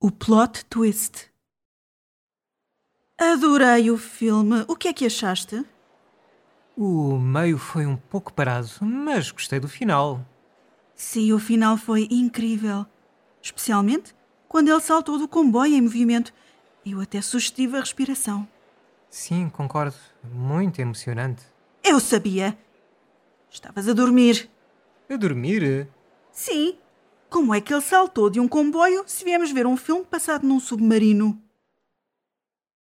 O plot twist. Adorei o filme. O que é que achaste? O meio foi um pouco parado, mas gostei do final. Sim, o final foi incrível. Especialmente quando ele saltou do comboio em movimento. Eu até sustive a respiração. Sim, concordo. Muito emocionante. Eu sabia! Estavas a dormir. A dormir? eh, Sim. Como é que ele saltou de um comboio se viemos ver um filme passado num submarino?